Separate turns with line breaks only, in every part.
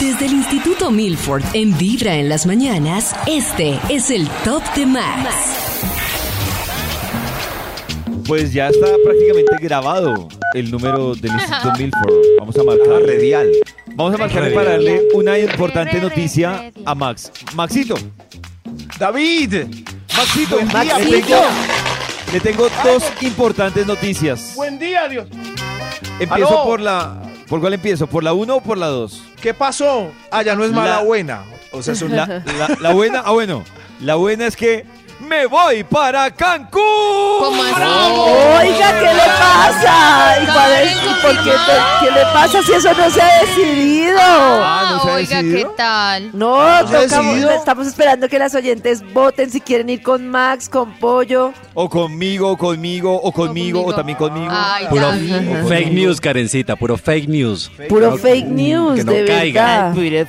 Desde el Instituto Milford en Vibra en las mañanas, este es el Top de Max.
Pues ya está prácticamente grabado el número del Instituto Milford. Vamos a
Ah,
marcar.
Redial.
Vamos a marcar para darle una importante noticia a Max. Maxito,
¡David!
Maxito,
Buen día,
le
Pues, Maxito.
tengo, le tengo dos importantes noticias.
Buen día, Dios.
Empiezo
Aló.
por la. ¿Por cuál empiezo? ¿Por la 1 o por la 2?
¿Qué pasó?
Ah, ya no es mala
La-
buena. O sea, es
La,
una.
la- la buena, ah bueno, la buena es que me voy para Cancún.
¿Cómo así?
Oiga, ¿qué le pasa? Ay, padre,
Karen,
¿y por qué,
confirmado.
te- qué le pasa si eso no se ha decidido?
Ah, ¿no se ha
oiga, ¿qué
decidido?
tal?
No,
se ha
toca-
decidido?
estamos esperando que las oyentes voten si quieren ir con Max, con Pollo.
O conmigo, o conmigo, o conmigo, o
conmigo.
también conmigo.
Ay,
Puro-
David.
o conmigo.
Fake news, Karencita, puro fake news.
Puro fake news,
que no
de
caiga.
verdad.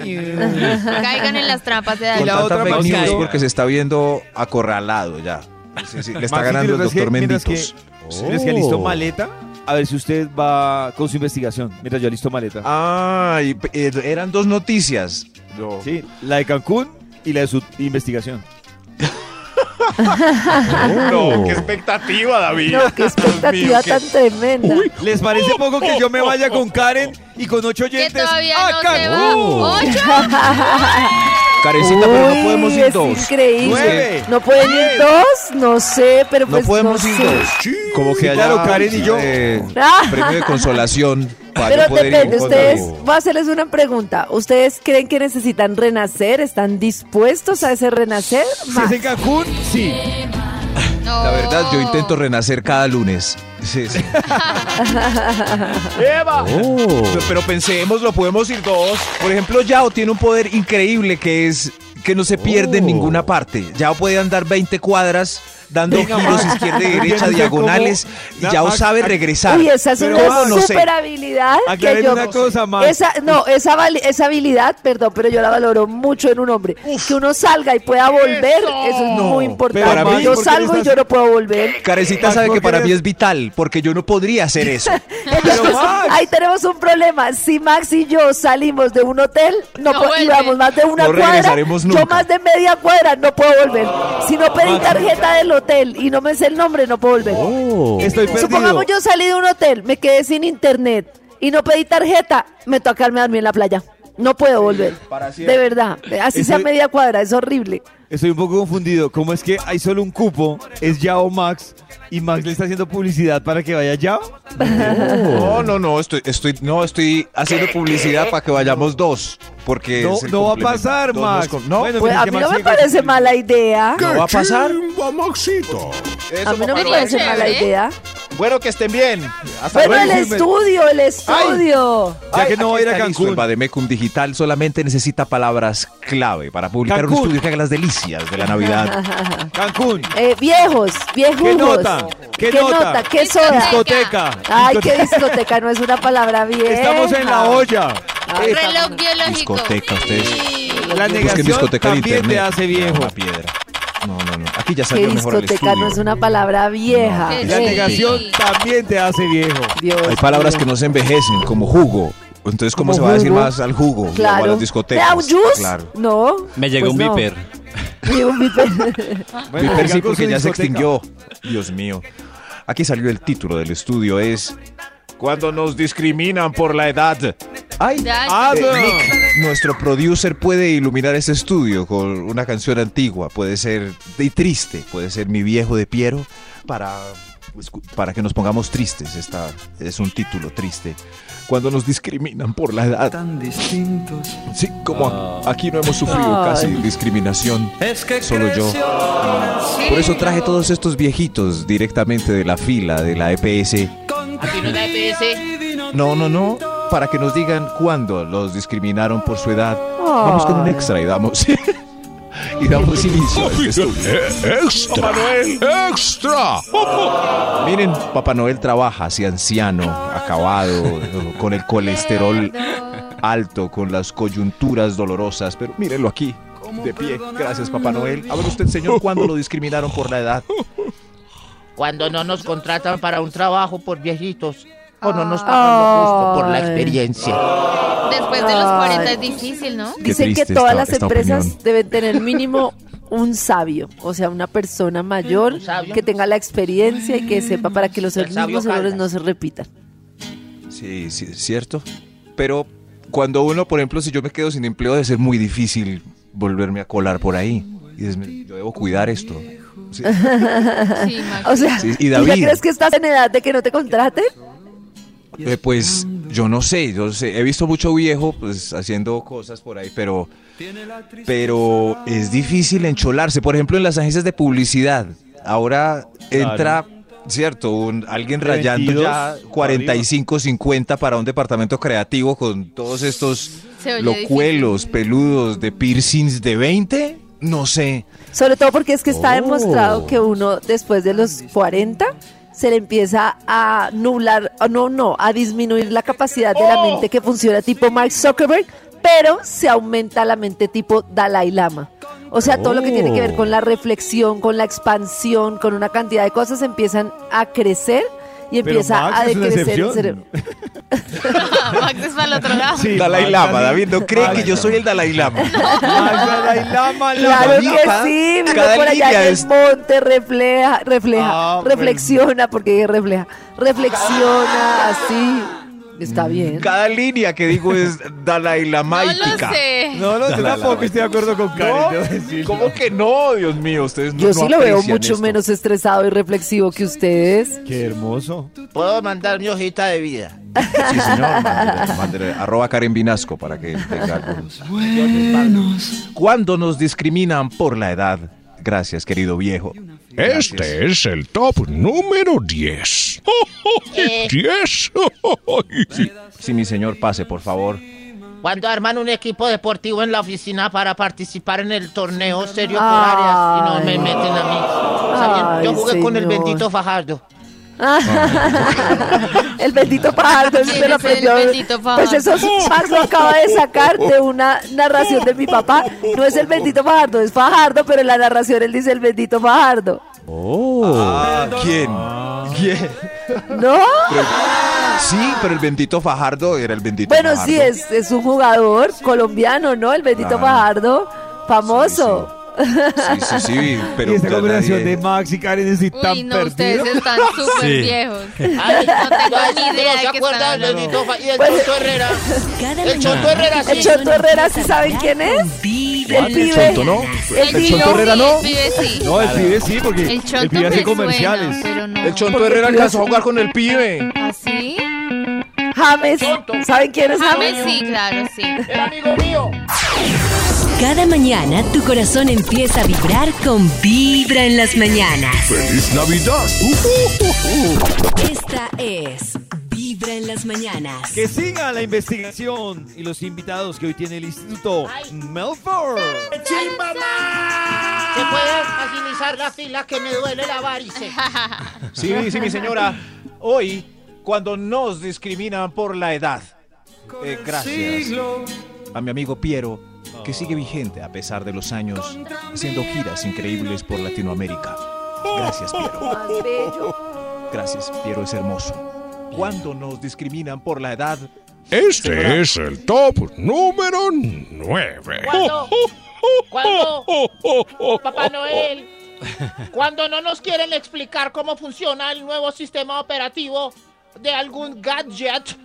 Caigan en las trampas de
Con
Y la
David.
tanta
otra,
fake
Maxito.
news porque se está viendo acorralado ya. Sí, sí, le está
Maxito,
ganando el
mientras que-
doctor
mientras
Menditos.
que- mientras que alisto
Oh.
maleta, a ver si usted va con su investigación. Mientras yo alisto maleta.
Ah. Ay, p- eh, eran dos noticias. Yo-
Sí, la de Cancún y la de su investigación.
No, qué expectativa, David.
No, qué expectativa
Dios mío,
tan tremenda.
¿Les parece poco que yo me vaya con Karen y con ocho
Que
oyentes
todavía
a
no se
Cancún?
va. Oh. ¡Ocho!
Oh. Karencita, pero no
Uy,
podemos ir
es
dos.
increíble.
Nueve,
¿No pueden ir
diez.
dos? No sé, pero
No
pues
podemos
no
ir
sé.
dos. Como que
Sí,
haya
claro, Karen y yo.
eh,
Ah.
premio de consolación para yo
Pero
poder ir
depende,
con
ustedes,
David.
voy a hacerles una pregunta. ¿Ustedes creen que necesitan renacer? ¿Están dispuestos a ese renacer?
Si
Max.
es en Cancún, sí.
No.
La verdad, yo intento renacer cada lunes. Sí, sí.
Eva.
Oh. Pero- Pero pensemos, lo podemos ir dos. Por ejemplo, Yao tiene un poder increíble que es que no se pierde
Oh.
en ninguna parte. Yao puede andar 20 cuadras dando giros izquierda y derecha,
Yo no sé
diagonales, y
Na-
Yao
ac-
sabe
ac-
regresar.
Uy, esa es
Pero
una
vamos,
no sé.
super habilidad que
Aclaren
yo
una cosa, Max.
Esa, no, esa, vali- esa habilidad, perdón, pero yo la valoro mucho en un hombre. Que uno salga y pueda volver, eso, es
No,
muy importante.
pero Max,
yo
¿por qué le
salgo y
estás-
yo no puedo volver.
Carecita
Max,
sabe
¿por
que
qué
para
eres-
mí es vital, porque yo no podría hacer eso.
Entonces,
Max.
ahí tenemos un problema. Si Max y yo salimos de un hotel, no,
No
po- y
vuelve.
vamos más de una
No
cuadra,
regresaremos
yo
nunca.
más de media cuadra no puedo volver.
Ah.
Si no pedí tarjeta del hotel y no me sé el nombre, no puedo volver. Pues
Estoy perdido.
Supongamos yo salí de un hotel, me quedé sin internet y no pedí tarjeta, me toca quedarme a dormir en la playa. No puedo volver. de verdad. Así sea
Eso-
media cuadra, es horrible.
Estoy un poco confundido. ¿Cómo es que hay solo un cupo? Es Yao Max y Max le está haciendo publicidad para que vaya Yao.
No, no, no, estoy, estoy, no, estoy haciendo publicidad para que vayamos dos. Porque
No,
es el
no va a
complemento.
pasar,
Dos
Max.
nos com- No,
Bueno,
Pues
mientras
a
que
mí no
Max
me
sigue con-
parece mala idea.
no va a pasar.
A mí no me
Sería
parece
chévere. ¿eh?
mala idea.
Bueno, que estén bien. Hasta
Bueno,
luego,
el
Gilbert.
estudio, el estudio.
Ya que
Ay,
no va a
aquí
ir
está
a
listo,
Cancún.
El Bademecum Digital solamente necesita palabras clave para publicar un
Cancún.
estudio que haga las delicias de la Navidad.
Cancún.
Eh, viejos, viejos.
nota? ¿Qué nota?
¿Qué soda?
Discoteca.
Ay, qué discoteca, no es una palabra bien.
Estamos en la olla. Eh,
Reloj biológico.
Discoteca, ustedes.
Sí.
La
Busquen
negación
discoteca en
también te
internet. Ah,
hace
No,
viejo.
una piedra. No, no, no. Aquí ya
Que
salió mejor el
discoteca no
estudio.
es una palabra vieja.
No,
La
Sí.
negación también te hace viejo.
Dios
Hay palabras
mío.
que no se envejecen, como jugo. Entonces, ¿cómo
Como
se va a decir
jugo.
más al jugo? O a
Claro.
las
¿Te
discotecas.
da un juice?
Claro.
No.
Me llegó
pues
un
no.
viper.
Me llegó un viper.
Bueno,
Piper sí,
Cancún
porque
es
ya se
discoteca.
extinguió. Dios mío. Aquí salió el título del estudio, es... Cuando nos discriminan por la edad. Ay,
Ya,
Ah,
Eh,
no.
Nick, nuestro producer puede iluminar ese estudio con una canción antigua, puede ser de triste, puede ser Mi viejo de Piero, para, escu- para que nos pongamos tristes. Esta es un título triste. Cuando nos discriminan por la edad. Tan distintos. Sí, como a- aquí no hemos sufrido
Ay.
casi discriminación, solo yo.
sí.
Por eso traje todos estos viejitos directamente de la fila de la E EPS.
Aquí no da PS.
No, no, no. Para que nos digan cuándo los discriminaron por su edad. Vamos con un extra y damos. Y damos inicio. a este estudio.
Papá Noel.
Miren, Papá Noel trabaja así anciano, acabado, con el colesterol alto, con las coyunturas dolorosas, pero mírenlo aquí, de pie. Gracias, Papá Noel. A ver usted, señor, ¿cuándo lo discriminaron por la edad?
Cuando no nos contratan para un trabajo por viejitos. O no nos pagan lo justo por la
Ay.
experiencia.
Después de los 40 es difícil, ¿no?
Qué
Dicen que
triste
todas
esta-
las
esta
empresas
opinión.
deben tener mínimo un sabio, o sea, una persona mayor
sabio.
que tenga la experiencia y que sepa para que los
El sabio
mismos errores
Caldas.
no se repitan.
Sí, sí, es cierto. Pero cuando uno, por ejemplo, si yo me quedo sin empleo, debe ser muy difícil volverme a colar por ahí. Y es- yo debo cuidar esto. Sí,
Sí, Max.
O sea,
Sí, y
¿tú ya
David.
crees que estás en edad de que no te contraten?
eh, pues yo no sé, yo sé, he visto mucho viejo pues haciendo cosas por ahí, pero pero es difícil encholarse, por ejemplo, en las agencias de publicidad. Ahora entra Cierto, un- alguien rayando
22
ya 45, 50 para un departamento creativo con todos estos
Se oye
locuelos, peludos, de piercings de 20, no sé.
Sobre todo porque es que está
Oh.
demostrado que uno después de los 40 se le empieza a nublar, o no, no, a disminuir la capacidad de la mente que funciona tipo Mark Zuckerberg, pero se aumenta la mente tipo Dalai Lama. O sea, todo lo que tiene que ver
Oh.
con la reflexión, con la expansión, con una cantidad de cosas empiezan a crecer y
Pero
empieza
Max
a
es una
decrecer el
excepción.
cerebro.
Max es para el otro lado.
Sí,
Dalai
Max,
Lama,
así-
David, no cree
Dalai
que yo soy el Dalai Lama.
Max, Dalai Lama, Lama.
Claro que
Cada-
sí, vive
cada
por allá
línea
en
es-
el monte, refleja, refleja,
Ah, bueno.
reflexiona, porque refleja, reflexiona así. Está bien.
Mm, Cada línea que digo es Dalai
No lo
Lamaitica.
sé.
No, no, yo tampoco estoy de acuerdo con Karen, debo decir.
¿Cómo que no? Dios mío, ustedes no
Yo sí
no
lo veo
aprecian
mucho
esto.
menos estresado y reflexivo que ustedes.
Qué hermoso.
Puedo mandar mi hojita de vida.
Sí, señor. mándele- mándele- arroba Karen Vinasco para que tenga algo. Cuando nos discriminan por la edad. Gracias, querido viejo.
Este es el top número 10.
Eh.
10.
Sí, mi señor, pase, por favor.
Cuando arman un equipo deportivo en la oficina para participar en el torneo serio por
Ay.
áreas y no me meten a mí. ¿Saben? Yo
Ay,
jugué con el
señor.
bendito Fajardo.
el bendito pajardo, eso
¿Quién
se
es
lo
el
aprendió.
bendito pajardo?
Pues eso Max lo acaba de sacar de una narración de mi papá. No es el bendito pajardo, es pajardo, pero en la narración él dice el bendito pajardo.
Ah, ¿quién? ¿Quién?
¿No?
Sí, pero el bendito Fajardo era el bendito
Bueno,
Fajardo.
sí, es, es un jugador colombiano, ¿no? El Benito
Claro.
Fajardo, famoso.
Sí, sí, sí, pero
y esta
ya
combinación
nadie-
de Max y Karen es así tan
Uy, no,
perdida.
ustedes están súper
Sí.
viejos.
Ay,
No tengo
ay,
ni idea
¿no
de
se
qué
acuerdan
están
del
hablando.
bendito Fa- y el
Pues-
Choto Herrera?
Cada
El
mañana,
Choto Herrera, sí.
El Choto Herrera, ¿sí saben quién es?
Vive
El
las
pibe.
mañanas.
El
pibe
Chonto Herrera
sí,
no.
Pues, El pibe sí.
No, el pibe sí, porque
El
el
chonto
pibe hace
me
comerciales.
suena, pero no.
El Chonto Herrera alcanzó a jugar con el pibe.
¿Así?
James. ¿Saben quién es
James ¿Ah,
James?
sí, claro, sí.
Cada mañana tu corazón empieza a vibrar con Vibra en las mañanas.
¡Feliz Navidad!
Esta es Vibra en las mañanas.
Que siga la investigación y los invitados que hoy tiene el Instituto Melford.
Se puede agilizar la fila que me duele la varice.
Sí, sí, mi señora. Hoy, cuando nos discriminan por la edad. Eh, gracias a mi amigo Piero, que
Oh.
sigue vigente a pesar de los años, haciendo giras increíbles por Latinoamérica. Gracias, Piero. Gracias, Piero es hermoso. Cuando nos discriminan por la edad,
Este es el top número 9.
¿Cuándo? ¿Cuándo? Papá Noel. Cuando no nos quieren explicar cómo funciona el nuevo sistema operativo de algún gadget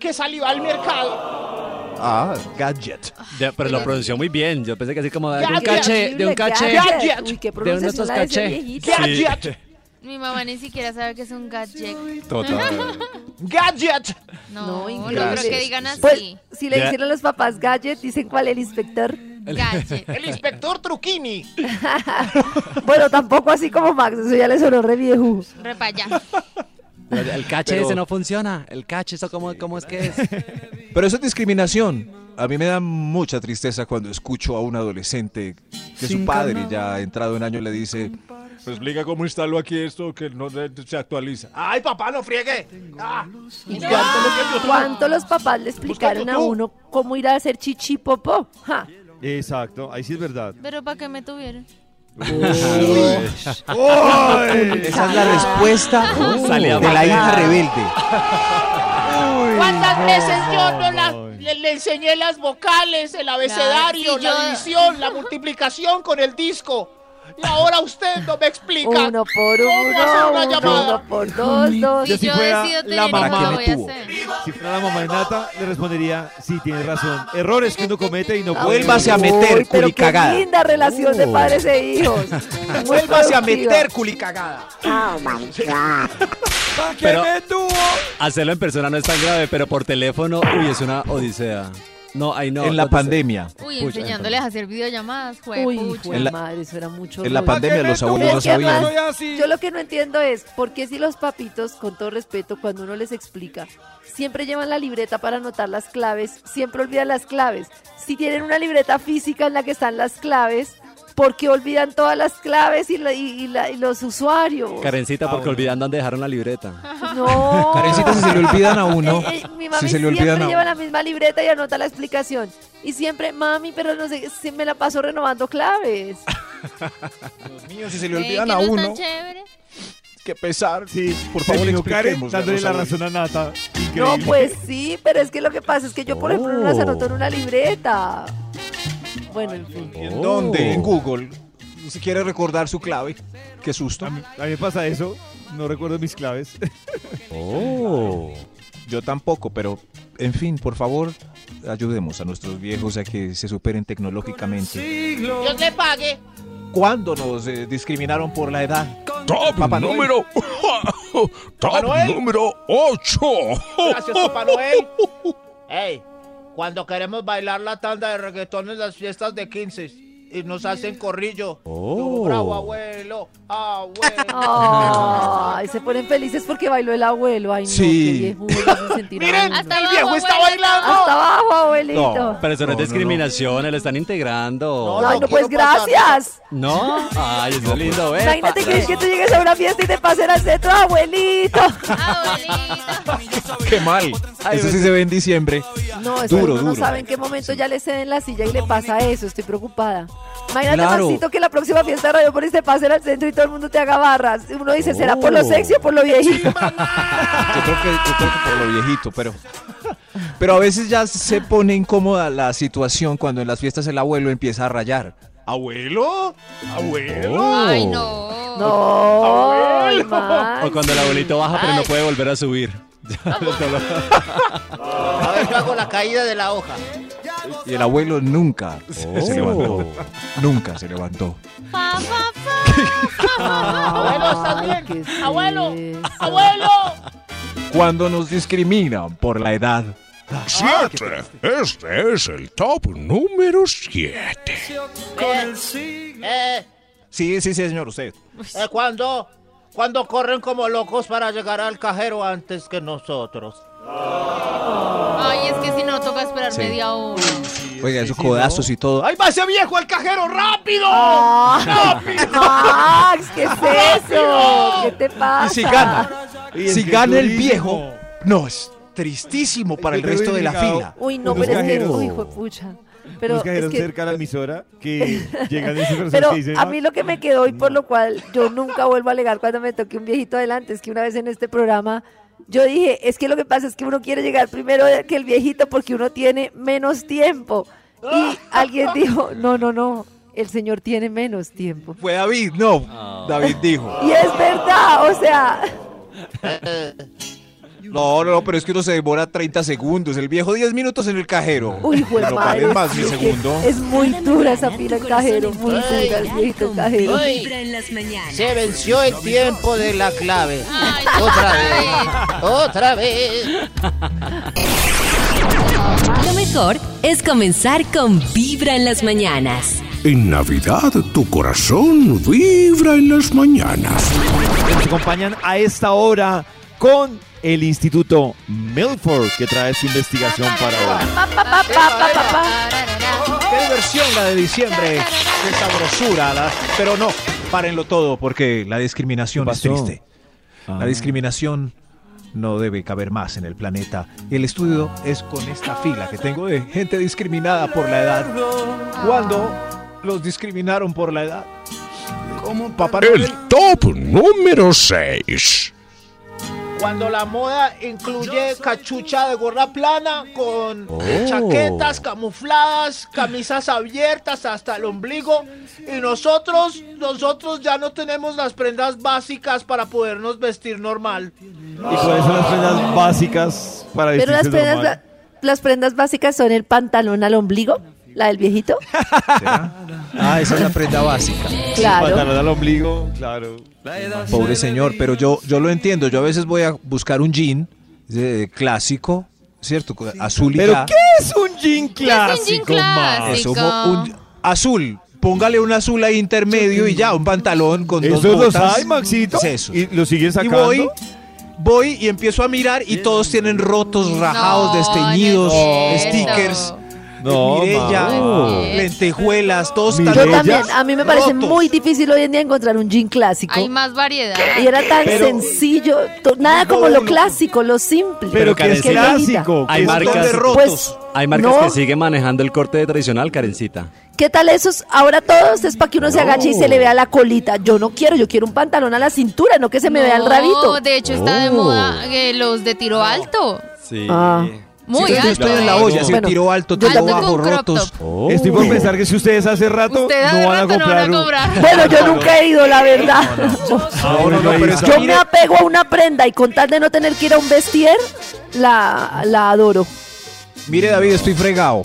que salió al mercado.
ah, gadget.
Ya, pero lo pronunció muy bien. Yo pensé que así como de
Ya,
un
qué
caché, de un caché.
horrible,
Uy, qué
De uno de
pronunciación
estos
la de ese
caché.
viejito.
Gadget.
Mi mamá ni siquiera sabe que es un gadget.
Total.
Gadget.
No, no
increíble.
creo que digan así.
Pues, si le
Ya.
hicieron los papás gadget, dicen cuál el inspector.
Gadget.
El inspector Truquini.
Bueno, tampoco así como Max, eso ya le sonó re viejo.
Repa ya.
El caché ese no funciona. El caché, ¿eso cómo, cómo es que es?
Pero eso es discriminación. a mí me da mucha tristeza cuando escucho a un adolescente que
Sin
su padre
calma.
ya entrado en año le dice, "Pues,
Explica cómo instalo aquí esto que no eh, se actualiza.
Ah.
¡Ay, papá, no friegue! Ah.
¿Cuánto los, cuánto los papás le explicaron a uno cómo ir a hacer chichi y popó? Ja.
Exacto, ahí sí es verdad.
Pero para que me tuvieron.
Esa es la respuesta
Uy.
de la hija rebelde.
¿Cuántas veces yo no la- le, le enseñé las vocales, el abecedario,
sí,
la
yo-
división, la multiplicación con el disco? Y ahora usted no me explica.
Uno por
¿Cómo hacer
uno,
una
uno,
llamada?
uno por dos, dos.
Si yo
fuera
decido
la
tener hijos,
mamá
lo
que
voy
me
a
tuvo.
hacer.
Si fuera la mamá de Nata, le respondería, sí, tienes razón. Errores que uno comete y no puede.
Ah, Vuélvase a meter,
Uy, pero qué
culicagada.
linda relación de padres e hijos. Muy
Vuélvase a
productiva.
meter culicagada.
Oh,
Pero hacerlo en persona no es tan grave, pero por teléfono, uy, es una odisea. No, ahí no.
en la
no te sé.
pandemia. Pues,
Uy,
Pucha,
enseñándoles a hacer videollamadas, fue
Uy,
pucha.
hijo de
En la-
madre, eso era mucho
En la
rollo.
pandemia los abuelos
Pero
no
es que además,
sabían.
Yo lo que no entiendo es por qué si los papitos, con todo respeto, cuando uno les explica, siempre llevan la libreta para anotar las claves, siempre olvidan las claves. Si tienen una libreta física en la que están las claves, ¿por qué olvidan todas las claves y, la- y- y la- y los usuarios?
Karencita,
Ah,
porque
bueno.
olvidando dónde dejaron la libreta.
No.
Karencita, si se le olvidan a uno,
Eh, eh, mi mami
si se le
siempre
olvidan a
lleva
uno.
la misma libreta y anota la explicación. Y siempre, mami, pero no sé, si me la paso renovando claves.
Ah, Dios mío, si se
Eh,
le
que
olvidan
no
a
es tan
uno,
chévere.
qué pesar.
Sí,
Por favor,
terminó Karen
expliquemos, Carlos
dándole la
Alberto.
razón a Nata.
No,
Increíble.
pues sí, pero es que lo que pasa es que yo, por ejemplo, no las anoto
Oh.
en una libreta. Bueno, en fin.
¿En dónde? En Google. Si quiere recordar su clave. Qué susto.
A mí, a mí me pasa eso. No recuerdo mis claves.
Oh.
Yo tampoco, pero en fin, por favor, ayudemos a nuestros viejos a que se superen tecnológicamente.
Dios le pague.
¿Cuándo nos eh, discriminaron por la edad?
Top
Papá Noel.
número. Top
Noel.
número 8.
Gracias, Papá Noel. Ey, cuando queremos bailar la tanda de reggaetón en las fiestas de 15 y nos hacen corrillo. Yo, bravo, abuelo,
Oh.
abuelo.
Ay, se ponen felices porque bailó el abuelo. Ay, no,
Sí.
qué viejuno, hacen sentir a
Miren,
uno.
Hasta
el
abajo,
viejo está
abuelo.
bailando.
Hasta abajo, abuelito.
No,
Pero eso no,
No, no, no.
es discriminación, lo están integrando.
No,
Ay, no,
no
pues
quiero pasar.
gracias.
¿No? Ay, eso es lindo, ¿eh?
Imagínate que, que tú llegues a una fiesta y te pasen al centro, abuelito.
Abuelita.
¡Qué mal! Eso sí se ve en diciembre.
No, es
Duro,
que uno no
duro.
sabe en qué momento ya le ceden la silla y le pasa eso. Estoy preocupada. Imagínate,
Claro.
Maxito, que la próxima fiesta de Radio Polis te pasen al centro y todo el mundo te haga barras. Y Uno dice, ¿será por lo
Oh.
sexy o por lo viejito?
Yo creo que, yo creo que por lo viejito, pero. Pero a veces ya se pone incómoda la situación cuando en las fiestas el abuelo empieza a rayar.
¿Abuelo? ¿Abuelo?
Ay, no.
No, ay, Max.
O cuando el abuelito baja pero no
Ay.
puede volver a subir.
A ver, yo hago la caída de la hoja.
Y el abuelo nunca se levantó. Nunca se levantó.
Pa, pa, pa.
Abuelo,
Ay,
¿estás
qué
bien?
es
Abuelo,
eso.
abuelo.
Cuando nos discriminan por la edad. Ah,
7. Este es el top número 7.
Eh,
Sí, sí, sí, señor, usted.
eh, cuando, cuando corren como locos para llegar al cajero antes que nosotros.
Ay, es que si no toca esperar
Sí.
media hora.
Oiga, esos codazos y todo.
¡Ahí va ese viejo al cajero! ¡Rápido!
Max, ¿qué es eso? ¿Qué te pasa?
Y si gana,
Y es
si
que
gana
es
el
durísimo.
viejo, no, es tristísimo para el
Yo creo
resto
que
de la
obligado.
fila.
Uy, no,
Unos
pero es que,
cajeros.
uy, fue pucha.
Pero
Pero es que
cerca a la emisora que llegan esas personas
Pero
que dicen, "Ah,
a mí lo que me quedó y por lo cual yo nunca vuelvo a alegar cuando me toque un viejito adelante es que una vez en este programa yo dije, es que lo que pasa es que uno quiere llegar primero que el viejito porque uno tiene menos tiempo. Y alguien dijo, no, no, no, el señor tiene menos tiempo.
Fue David, no.
Ah.
David dijo.
Y es verdad, o sea,
No, no, no, pero es que uno se demora 30 segundos. El viejo 10 minutos en el cajero.
uy,
Lo
juez
cual
madre,
es más, mi
es que
segundo.
Es muy dura esa pila en cajero, muy dura el viejito en cajero.
Ay.
Vibra en las mañanas.
Se venció el tiempo de la clave.
Ay,
Otra
ay.
vez. Otra vez.
Lo mejor es comenzar con Vibra en las mañanas.
En Navidad tu corazón vibra en las mañanos.
que nos acompañan a esta hora con el Instituto Milford, que trae su investigación para hoy.
Pa, pa, pa, pa, pa, pa, pa.
Qué diversión la de diciembre, qué sabrosura, la- pero no, párenlo todo porque la discriminación
¿Qué
es
pasó? Ah.
triste. La discriminación no debe caber más en el planeta. Y el estudio es con esta fila que tengo de gente discriminada por la edad. ¿Cuándo los discriminaron por la edad? ¿Cómo papá
El
Noel?
top número 6.
Cuando la moda incluye cachucha de gorra plana con chaquetas camufladas, camisas abiertas hasta el ombligo y nosotros, nosotros ya no tenemos las prendas básicas para podernos vestir normal.
¿Y cuáles son las prendas básicas para
Pero las
vestirse
prendas,
normal?
ba- las prendas básicas son el pantalón al ombligo, la del viejito.
Ah, esa es la prenda básica.
Claro.
Pantalón al ombligo, claro.
Pobre señor, pero yo, yo lo entiendo. Yo a veces voy a buscar un jean eh, clásico, ¿cierto? Con Azul y
¿Pero
ya.
qué es un jean clásico, ma?
clásico?
Eso, mo- Ah, un- azul. Póngale un azul ahí intermedio y ya, un pantalón con dos
¿Esos los
botas.
hay, Maxito?
Es eso.
¿Y los siguen
Y
sacando?
voy, voy y empiezo a mirar y todos tienen rotos, rajados,
No,
desteñidos,
no es cierto.
stickers,
No,
Mirella,
ma.
lentejuelas, todos
Yo
Yo
tan
también,
rotos.
a mí me parece
Rotos.
muy difícil hoy en día encontrar un jean clásico.
Hay más variedad.
Y era tan
Pero-
sencillo, to- nada como lo clásico, lo simple.
Pero
que
que es
Karencita,
clásico.
hay
que es
marcas-
donde ro-
rotos.
Pues,
Hay marcas
No.
que siguen manejando el corte tradicional, Karencita.
¿qué tal esos? Ahora todos es para que uno se agache y se le vea la colita. Yo no quiero, yo quiero un pantalón a la cintura, no que se me vea el rabito.
No, de hecho está de
Oh.
moda eh, los de tiro alto.
Sí.
Ah.
Muy
Entonces
alto.
yo estoy en la olla, si
Bueno,
tiro alto, Uh.
Alto
tiro
con
bajo,
crop
rotos.
top.
Oh.
Estoy por pensar que si ustedes hace rato
Usted
no
de
van a
rato no van
comprar
a
un-
cobrar.
Bueno, yo nunca he ido, la verdad.
Ah, bueno,
no,
ahí
pero
está.
es
Yo me apego a una prenda y con tal de no tener que ir a un vestier, la, la adoro.
Mire, David, estoy fregado.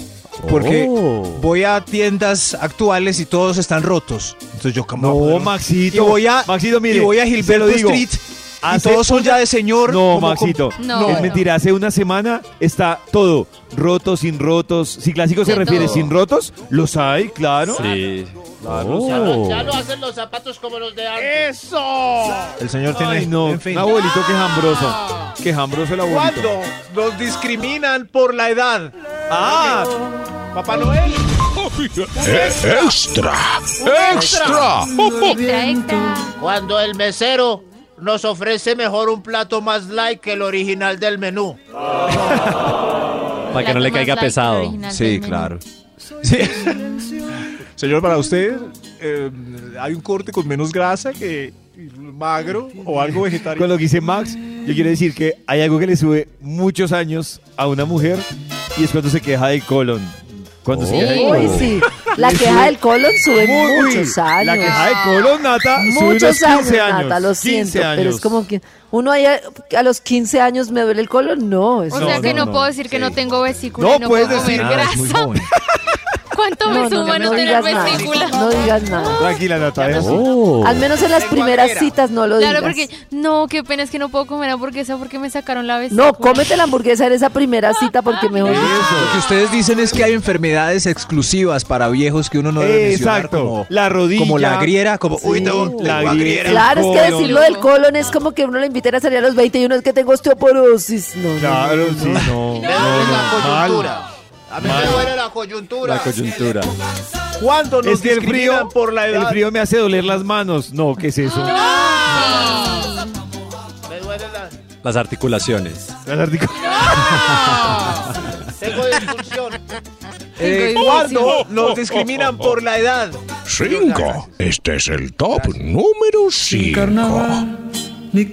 Porque
Oh.
voy a tiendas actuales y todos están rotos. Entonces yo como.
No,
Y
Maxito.
voy a,
Maxito, mire,
y voy a
se lo
Gilberto
digo.
Street. Y
Hace
todos son ya de señor.
No,
como-
Maxito.
No.
Es
No.
mentira. Hace una semana está todo. Rotos, sin rotos. Si clásico se
De
refiere
todo.
sin rotos, los hay, claro.
Sí.
Ya, lo, ya lo hacen los zapatos como los de
Eh.
antes.
El señor tiene.
Ay, no.
en fin.
Un abuelito quejambroso.
Ah.
Quejambroso el abuelito.
¿Cuándo nos discriminan por la edad?
Ah,
Papá Noel.
E- Extra. Extra.
Extra, extra.
Cuando el mesero nos ofrece mejor un plato más light que el original del menú.
Para que no le
Plato más
caiga
light que el
pesado.
original
Sí,
del menú.
claro. Sí. Señor, para usted, eh, hay un corte con menos grasa que magro o algo vegetariano.
con lo que dice Max, yo quiero decir que hay algo que le sube muchos años a una mujer y es cuando se queja del colon. Cuando se
Oh.
queja del
Uy,
Uy,
colon.
sí. La queja del colon sube muchos años.
La queja de colon, Nata, sube unos
Muchos
15
años,
años.
Nata, lo
15
siento, pero
años.
es como que uno ahí a, a los 15 años me duele el colon, no, eso
O sea
No,
que
no,
no,
no.
puedo decir que no tengo vesícula.
No
y no
puedes
puedo comer
decir
Nada, es muy
grasa.
joven.
¿Cuánto me suma no, tener
digas nada,
vesícula?
no digas nada.
Tranquila, Nata. ¿eh?
Oh.
Al menos en las primeras citas no lo
Claro,
digas.
porque no, qué pena es que no puedo comer hamburguesa porque me sacaron la vesícula.
No, Ah, cómete la hamburguesa en esa primera cita porque mejor
Lo que ustedes dicen es que hay enfermedades exclusivas para viejos que uno no debe mencionar,
Exacto.
como-
La rodilla.
Como la griera, como... Uy, no,
La
tengo
griera.
Claro, es que
colon.
decirlo del colon es como que uno le invita a salir a los 20 y uno es que tengo osteoporosis. No, no,
Claro, sí, no. no, no,
No, la
mal.
coyuntura. A mí me duele la coyuntura.
La coyuntura.
¿Cuándo nos
Es que el
discriminan
frío,
por la edad?
el frío me hace doler las manos. No, ¿qué es eso?
Me duele la...
Las articulaciones.
Las articul-
Tengo disfunción.
Eh,
Tengo
¿Cuándo
ilusión.
nos discriminan por la edad?
5. Este es el top número 5.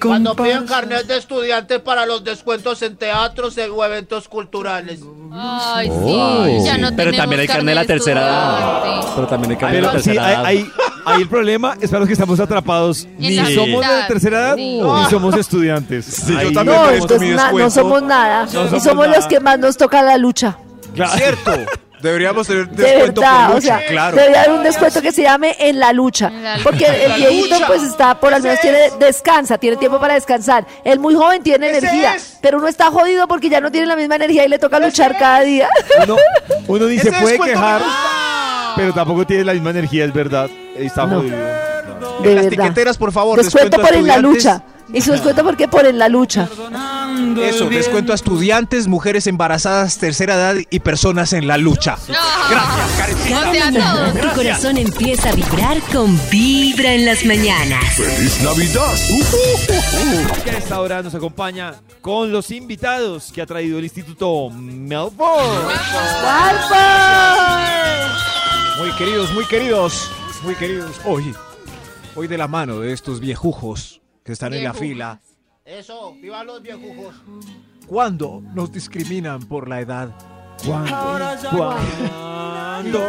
Cuando piden carnet de estudiante para los descuentos en teatros o eventos culturales.
Ay, sí.
Oh.
ya no
Pero también hay carne de la tercera edad. Pero también hay carne de la
Pero sí,
tercera
ahí,
edad.
ahí- ahí el problema es para los que estamos atrapados. Ni
la
somos de
mitad.
tercera edad,
Sí.
ni somos estudiantes.
yo
Ahí-
también
no,
tenemos
entonces
mi
na- no
descuento.
somos nada. y
somos
somos
nada.
los que más nos toca la lucha.
Claro.
Cierto. Deberíamos tener
De
descuento
verdad,
por
o
lucha,
sea,
claro.
debería haber un descuento que se llame en la lucha.
En la
Porque el viejito pues está, por al menos tiene, descansa, tiene tiempo para descansar. El muy joven tiene energía, pero uno está jodido porque ya no tiene la misma energía y le toca luchar cada día.
Uno, uno ni se
Ese
puede
descuento me
quejar, pero tampoco tiene la misma energía, es verdad. Está jodido.
De
Las
verdad.
tiqueteras, por favor.
Descuento Pues, por en la
estudiantes.
lucha. Y su descuento porque por en la lucha.
Cuando el
Eso,
viento-
descuento a estudiantes, mujeres embarazadas, tercera edad y personas en la lucha.
Gracias,
Camina, tu corazón empieza a vibrar con vibra en las mañanas.
¡Feliz Navidad!
Que a esta hora nos acompaña con los invitados que ha traído el Instituto Melbourne.
Muy queridos, muy queridos, muy queridos. Hoy, hoy de la mano de estos viejujos que están
Viejujas.
en la fila,
Eso, viva los viejujos.
¿cuándo nos discriminan por la edad? ¿Cuándo? ¿Cuándo?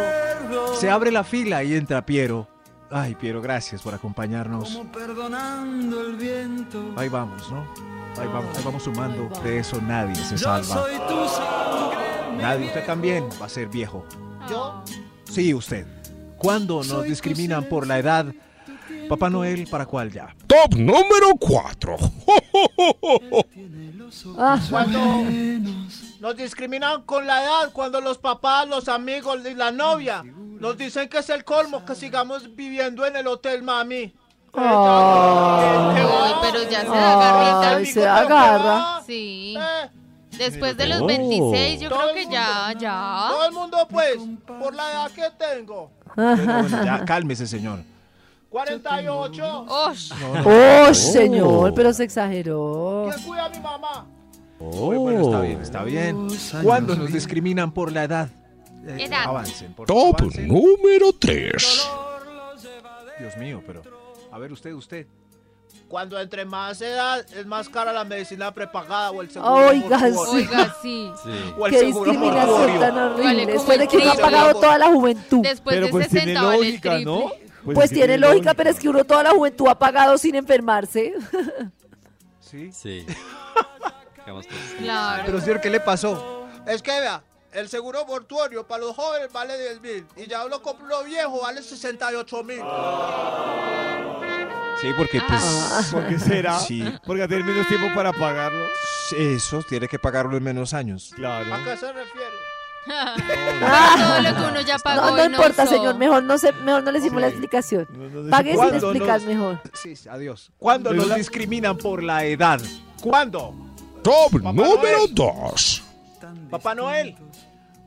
Se abre la fila y entra Piero. Ay, Piero, gracias por acompañarnos.
perdonando el viento.
Ahí vamos, ¿no? Ahí vamos, ahí vamos sumando. De eso nadie se
Yo
salva.
soy tu sangre.
Nadie, usted también va a ser viejo.
Yo,
Sí, usted. ¿Cuándo nos discriminan por la edad? Papá Noel, ¿para cuál ya?
Top número 4.
cuando nos discriminan con la edad, cuando los papás, los amigos y la novia nos dicen que es el colmo que sigamos viviendo en el hotel, mami.
Ay, pero ya se agarrita.
Ay, se agarra.
Sí.
Eh,
Después de los 26, yo creo que ya, ya.
Todo el mundo, pues, por la edad que tengo.
Bueno, bueno, ya, cálmese, señor.
48.
Osh.
Oh, señor, pero se exageró.
¿Quién cuida a mi mamá?
Bueno, bueno, está bien, está bien. ¿Cuándo nos discriminan por la edad? Eh,
Edad.
Avancen, por favor,
Top
avancen.
número 3.
Dios mío, pero. A ver, usted, usted.
Cuando entre más edad es más cara la medicina prepagada o el seguro.
Oiga,
mortuorio.
sí.
Oiga, sí.
O el
Qué
seguro
discriminación
mortuorio.
tan
Vale,
horrible.
como
Después
el
de que uno ha
triple.
pagado toda la juventud.
Después
Pero
de
pues
60
tiene
vale el
lógica,
triple.
¿no?
Pues tiene lógica, pero es que uno toda la juventud ha pagado sin enfermarse.
Sí.
Sí. Digamos que sí.
Claro.
Pero, señor, ¿qué le pasó?
Es que vea, el seguro mortuorio para los jóvenes vale 10 mil y ya lo compro lo viejo vale 68 mil.
Sí, porque pues.
¿Por qué será?
Sí.
Porque ha tenido menos tiempo para pagarlo.
Eso tiene que pagarlo en menos años.
¿A
Claro.
qué se refiere?
Todo lo que uno ya pagó
No,
y
no importa,
usó.
señor. Mejor no, se, mejor no le hicimos la explicación.
No, no, no,
Pague sin
¿Cuándo
explicar
nos-
mejor.
Sí, adiós. ¿Cuándo
Pero
nos
la-
discriminan por la edad? ¿Cuándo?
Top
Papá
número
Noel.
2.
Papá Noel.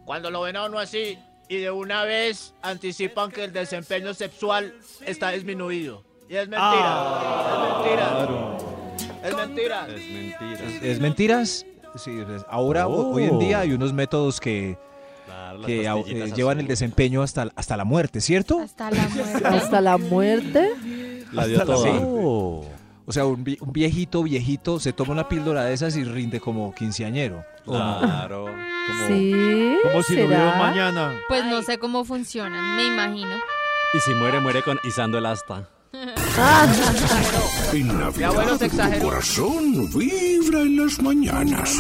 Cuando lo ven a uno así y de una vez anticipan que el desempeño sexual está disminuido. Y es mentira. es
Es
mentira. Es mentira.
mentira.
¿Es mentiras? Sí, pues, ahora, ho- hoy en día hay unos métodos que,
Claro, las
que, ah, eh,
pastillitas
llevan el
azules.
desempeño hasta, hasta la muerte, ¿cierto?
Hasta la muerte.
Hasta la muerte.
La dio
hasta la
toda.
muerte.
Oh.
O sea, un, vi- un viejito, viejito, se toma una píldora de esas y rinde como quinceañero. ¿o no?
Claro. Como-
Sí.
Como si no hubiera
¿será?
un mañana.
Pues no sé cómo funcionan, me imagino.
Y si muere, muere con izando el asta.
En
abuelo
Navidad,
se
tu
exageró.
corazón vibra en las mañanas.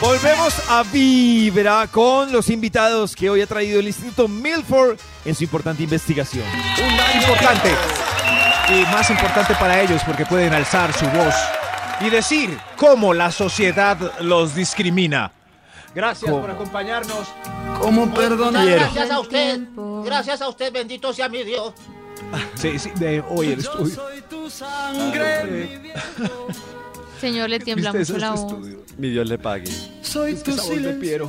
Volvemos a Vibra con los invitados que hoy ha traído el Instituto Milford en su importante investigación.
Un dato importante. Y más importante para ellos porque pueden alzar su voz y decir cómo la sociedad los discrimina.
Gracias por acompañarnos.
¿Cómo perdonar?
Gracias a usted. Gracias a usted, bendito sea mi Dios.
Sí, sí, de hoy el
Yo
estudio.
soy tu sangre. mi viento.
Señor, le tiembla
Tristeza
mucho la
este
voz.
estudio.
Mi Dios le pague.
Soy tu
Esa voz de
silencio.
Piero.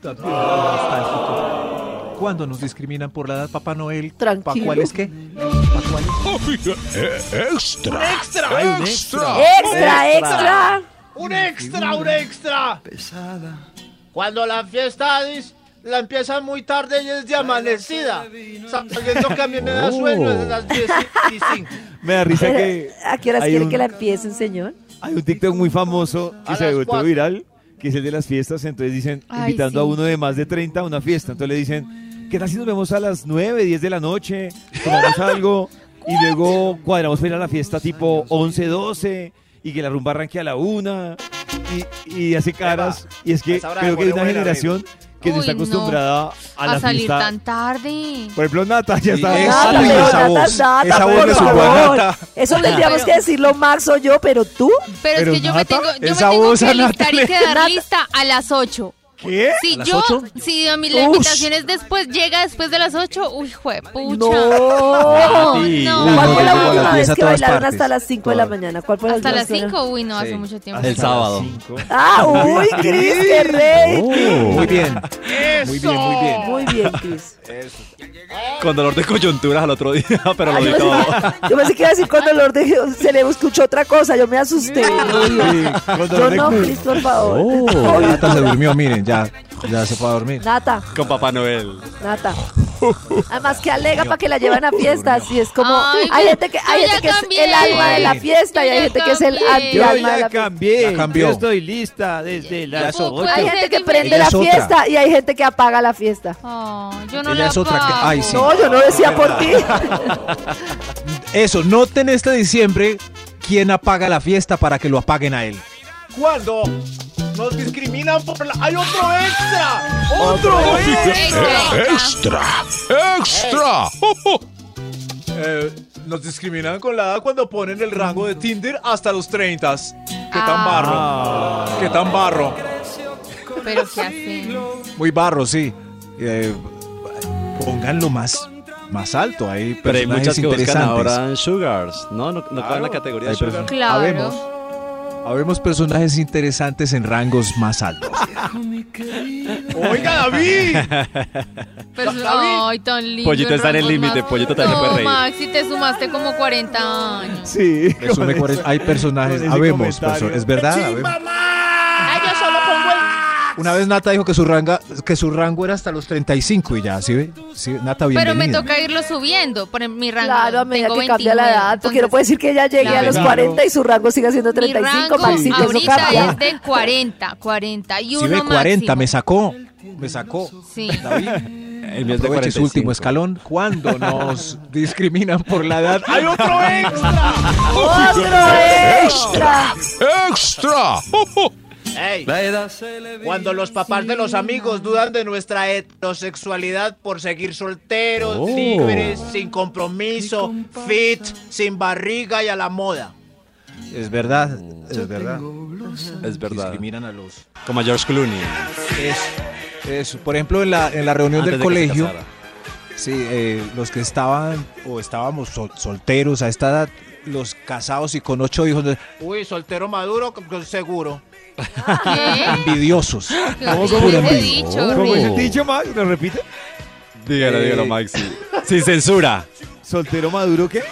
También
Ah.
nostálgico. ¿Cuándo nos discriminan por la edad, Papá Noel? ¿Pa'
Tranquilo.
cuál es qué?
Eh, Extra.
Hay
Extra.
un
Extra.
Extra, extra.
Un extra, un extra.
Pesada.
Cuando la fiesta dis- la empiezan muy tarde y es de amanecida. Sabiendo que a mí me
Oh.
da sueño desde las 10 y 5.
Me da risa que
¿A qué horas
hay
quiere
un-
que la empiecen, señor?
hay un TikTok muy famoso
A
que se
las
ha vuelto
cuatro.
viral, que es el de las fiestas. Entonces dicen,
Ay,
invitando a
sí.
uno de más de 30 a una fiesta. Entonces le dicen, ¿qué tal si nos vemos a las 9, 10 de la noche? Tomamos algo y luego cuadramos para ir a la fiesta tipo 11, 12 y que la rumba arranque a la 1 y, y hace caras. Y es que
Esa hora
creo que hay
devuelve
una
buena
generación que no
Uy,
está
no.
acostumbrada a la
A salir
fiesta.
tan tarde.
Por ejemplo, Nata ya está.
Esa-
Nata, pero
esa
Nata,
voz,
Nata,
esa voz
por
le supo a
favor.
Nata.
Eso tendríamos que decirlo Max o yo, pero tú.
Pero,
Pero
es que yo me
Nata,
tengo, yo me
esa
tengo
voz a
que
Nata
listar y
le-
quedar lista a las 8.
¿Qué?
Si yo, si a mí la
Ush.
invitación es después, llega después de las 8, uy, juepucha.
No.
no,
¿Cuál
no.
Uy,
fue la
llegó a las
última
10
vez
a
que
todas
bailaron
partes.
hasta las 5 de la mañana? ¿Cuál fue la
Hasta
última
las
vez que
5, uy, no, hace
Sí.
mucho tiempo.
El sábado.
bailaron? Ah, uy, Cris, qué rey.
Muy bien.
¡Eso!
Muy bien, muy bien.
Muy bien, Cris.
Con dolor de coyunturas al otro día, pero lo
Ay,
di
yo,
todo.
pensé, yo pensé que iba a decir con dolor de se le escuchó otra cosa, yo me asusté. Yo no, Cris, por favor.
Oh, Nata se durmió, miren, ya, ya se fue a dormir.
Nata,
Con Papá Noel.
Nata. Además que alega para que la lleven a fiestas y es como
Ay,
hay
yo-
gente que hay
yo
gente
ya
que es
cambié.
el alma de la fiesta y
Yo
hay
ya
gente que es el
cambié.
anti
Yo
alma de
ya
la fiesta.
cambié.
Ya cambió.
Yo estoy lista desde las
ocho.
ocho.
Hay
Ella
gente
es
que prende
diferente.
la
Ella es otra.
fiesta y hay gente que apaga la fiesta.
Oh, yo no
Ella
la
es otra que-
pago.
ay, sí.
No, yo no decía por ti.
Eso, noten este diciembre quién apaga la fiesta para que lo apaguen a él.
Cuando nos discriminan por la... ¡Hay otro extra! ¡Otro, extra!
Extra, extra.
Extra, extra.
Eh, nos discriminan con la edad cuando ponen el rango de Tinder hasta los 30. Qué tan
Ah.
barro. Qué tan barro.
Pero qué hacen.
Muy barro, sí. Eh, pónganlo más, más alto. Hay
Pero hay
personajes
muchas que buscan
interesantes.
ahora en Sugars. No, no, no cabe en la categoría
Hay
de Sugar.
personas-
Claro.
Habemos. Habemos personajes interesantes en rangos más altos.
Oiga, David.
Pero, ay, tan lindo.
Pollito está en el
Rangos
límite,
más-
Pollito también
no,
puede reír.
Maxi, te sumaste como 40 años.
Sí.
Le sume
con
40 hay personajes,
con ese
habemos,
comentario.
perso- es
Ah,
verdad. habemos.
Ay, yo solo pongo el...
Una vez Nata dijo que su, ranga, que su rango era hasta los 35 y ya, ¿sí ve? Sí, Nata,
Pero me
bienvenida.
toca irlo subiendo. Por em, mi rango.
Claro, a medida
tengo
que cambia la
29,
edad, porque no
entonces-
puede decir que ella llegue a
Claro.
los 40 y su rango siga siendo 35,
mi rango
Maxito, eso
ahorita
cambia.
es de 40, 41
Si ve 40,
máximo.
me sacó. Me sacó.
Sí.
David,
El mío es de
aproveche su
45.
último escalón. Cuando nos discriminan por la edad. ¡Ay,
¡Hay otro extra!
¡Otro extra!
Extra.
Ey,
La edad se le
cuando los papás de los amigos dudan de nuestra heterosexualidad por seguir solteros,
Oh.
libres, sin compromiso, fit, sin barriga y a la moda.
Es verdad, es verdad.
Es verdad.
Discriminan a los.
Como a George Clooney.
Eso, eso. Por ejemplo, en la, en la reunión
antes
del
de que se
colegio,
casara.
sí, eh, los que estaban o estábamos sol- solteros a esta edad, los casados y con ocho hijos,
Uy, soltero maduro, c- c- seguro.
¿Qué?
envidiosos.
¿Qué
¿Cómo,
horrible
cómo?
ese
¿Cómo?
dicho,
¿Cómo?
¿Cómo es
horrible.
el dicho, Max? ¿Lo repite?
Dígalo,
Eh,
dígalo, Maxi. Sin censura.
¿Soltero maduro qué?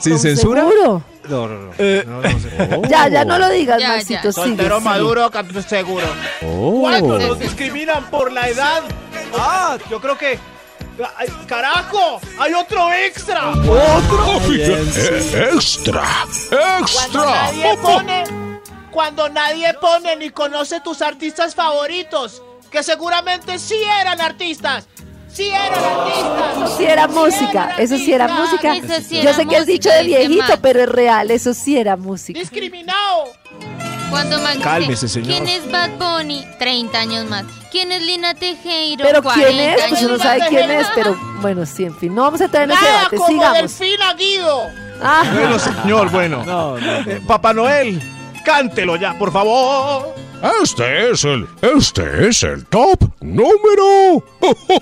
¿Sin censura?
Seguro.
No, no, no.
Eh.
No, no sé.
Ya, ya no lo digas,
Ya,
Maxito,
ya.
sigue,
Soltero
sigue.
maduro, c- seguro.
Oh.
Cuando nos discriminan por la edad. Ah, yo creo que. Ay, ¡Carajo! ¡Hay otro extra!
Eh, Extra,
Cuando
extra.
nadie pone, cuando nadie pone ni conoce tus artistas favoritos, que seguramente sí eran artistas. Sí eran artistas.
Eso sí era música,
eran
eso sí era
artistas.
música.
Eso sí
Yo
era
sé que es
música,
dicho de
dice
viejito,
Max.
pero es real, eso sí era música.
Discriminado.
Cuando Max dice,
Cálmese, señor.
¿Quién es Bad Bunny? 30 años más. ¿Quién es Lina Tejero?
Pero
40
quién es, pues
años
uno
más.
sabe quién es, pero bueno, sí, en fin, no vamos a entrar en ese
Nada
debate,
como
sigamos.
Delfina Guido.
Ah,
Bueno, señor, bueno. Eh, Papá Noel, cántelo ya, por favor.
Este es el, este es el top número,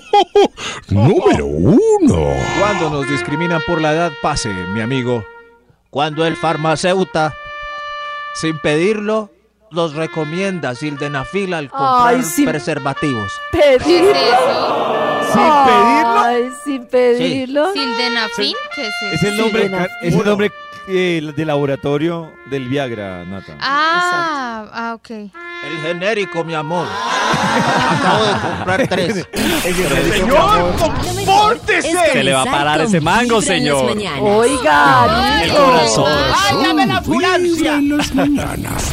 número uno.
Cuando nos discriminan por la edad, pase, mi amigo. Cuando el farmacéuta, sin pedirlo, los recomienda sildenafil al comprar
Ay, sí.
preservativos.
¿Qué
pedirlo.
es eso?
pedirlo?
Ay, sin pedirlo.
¿Sildenafil? ¿Qué es
Es
eso?
el nombre,
Sildenafil.
es el nombre eh, de laboratorio del Viagra, Nata.
Ah, ah, ok.
El genérico, mi amor.
Acabo de
Ah.
comprar tres.
Señor, compórtese.
Es
Se le va a
comenzar
parar
con
ese
Vibra en
mango,
las
señor.
mañanas.
Oiga,
Ay,
El
no.
corazón.
¡Ay, llame la ambulancia!
Vibra en las mañanas.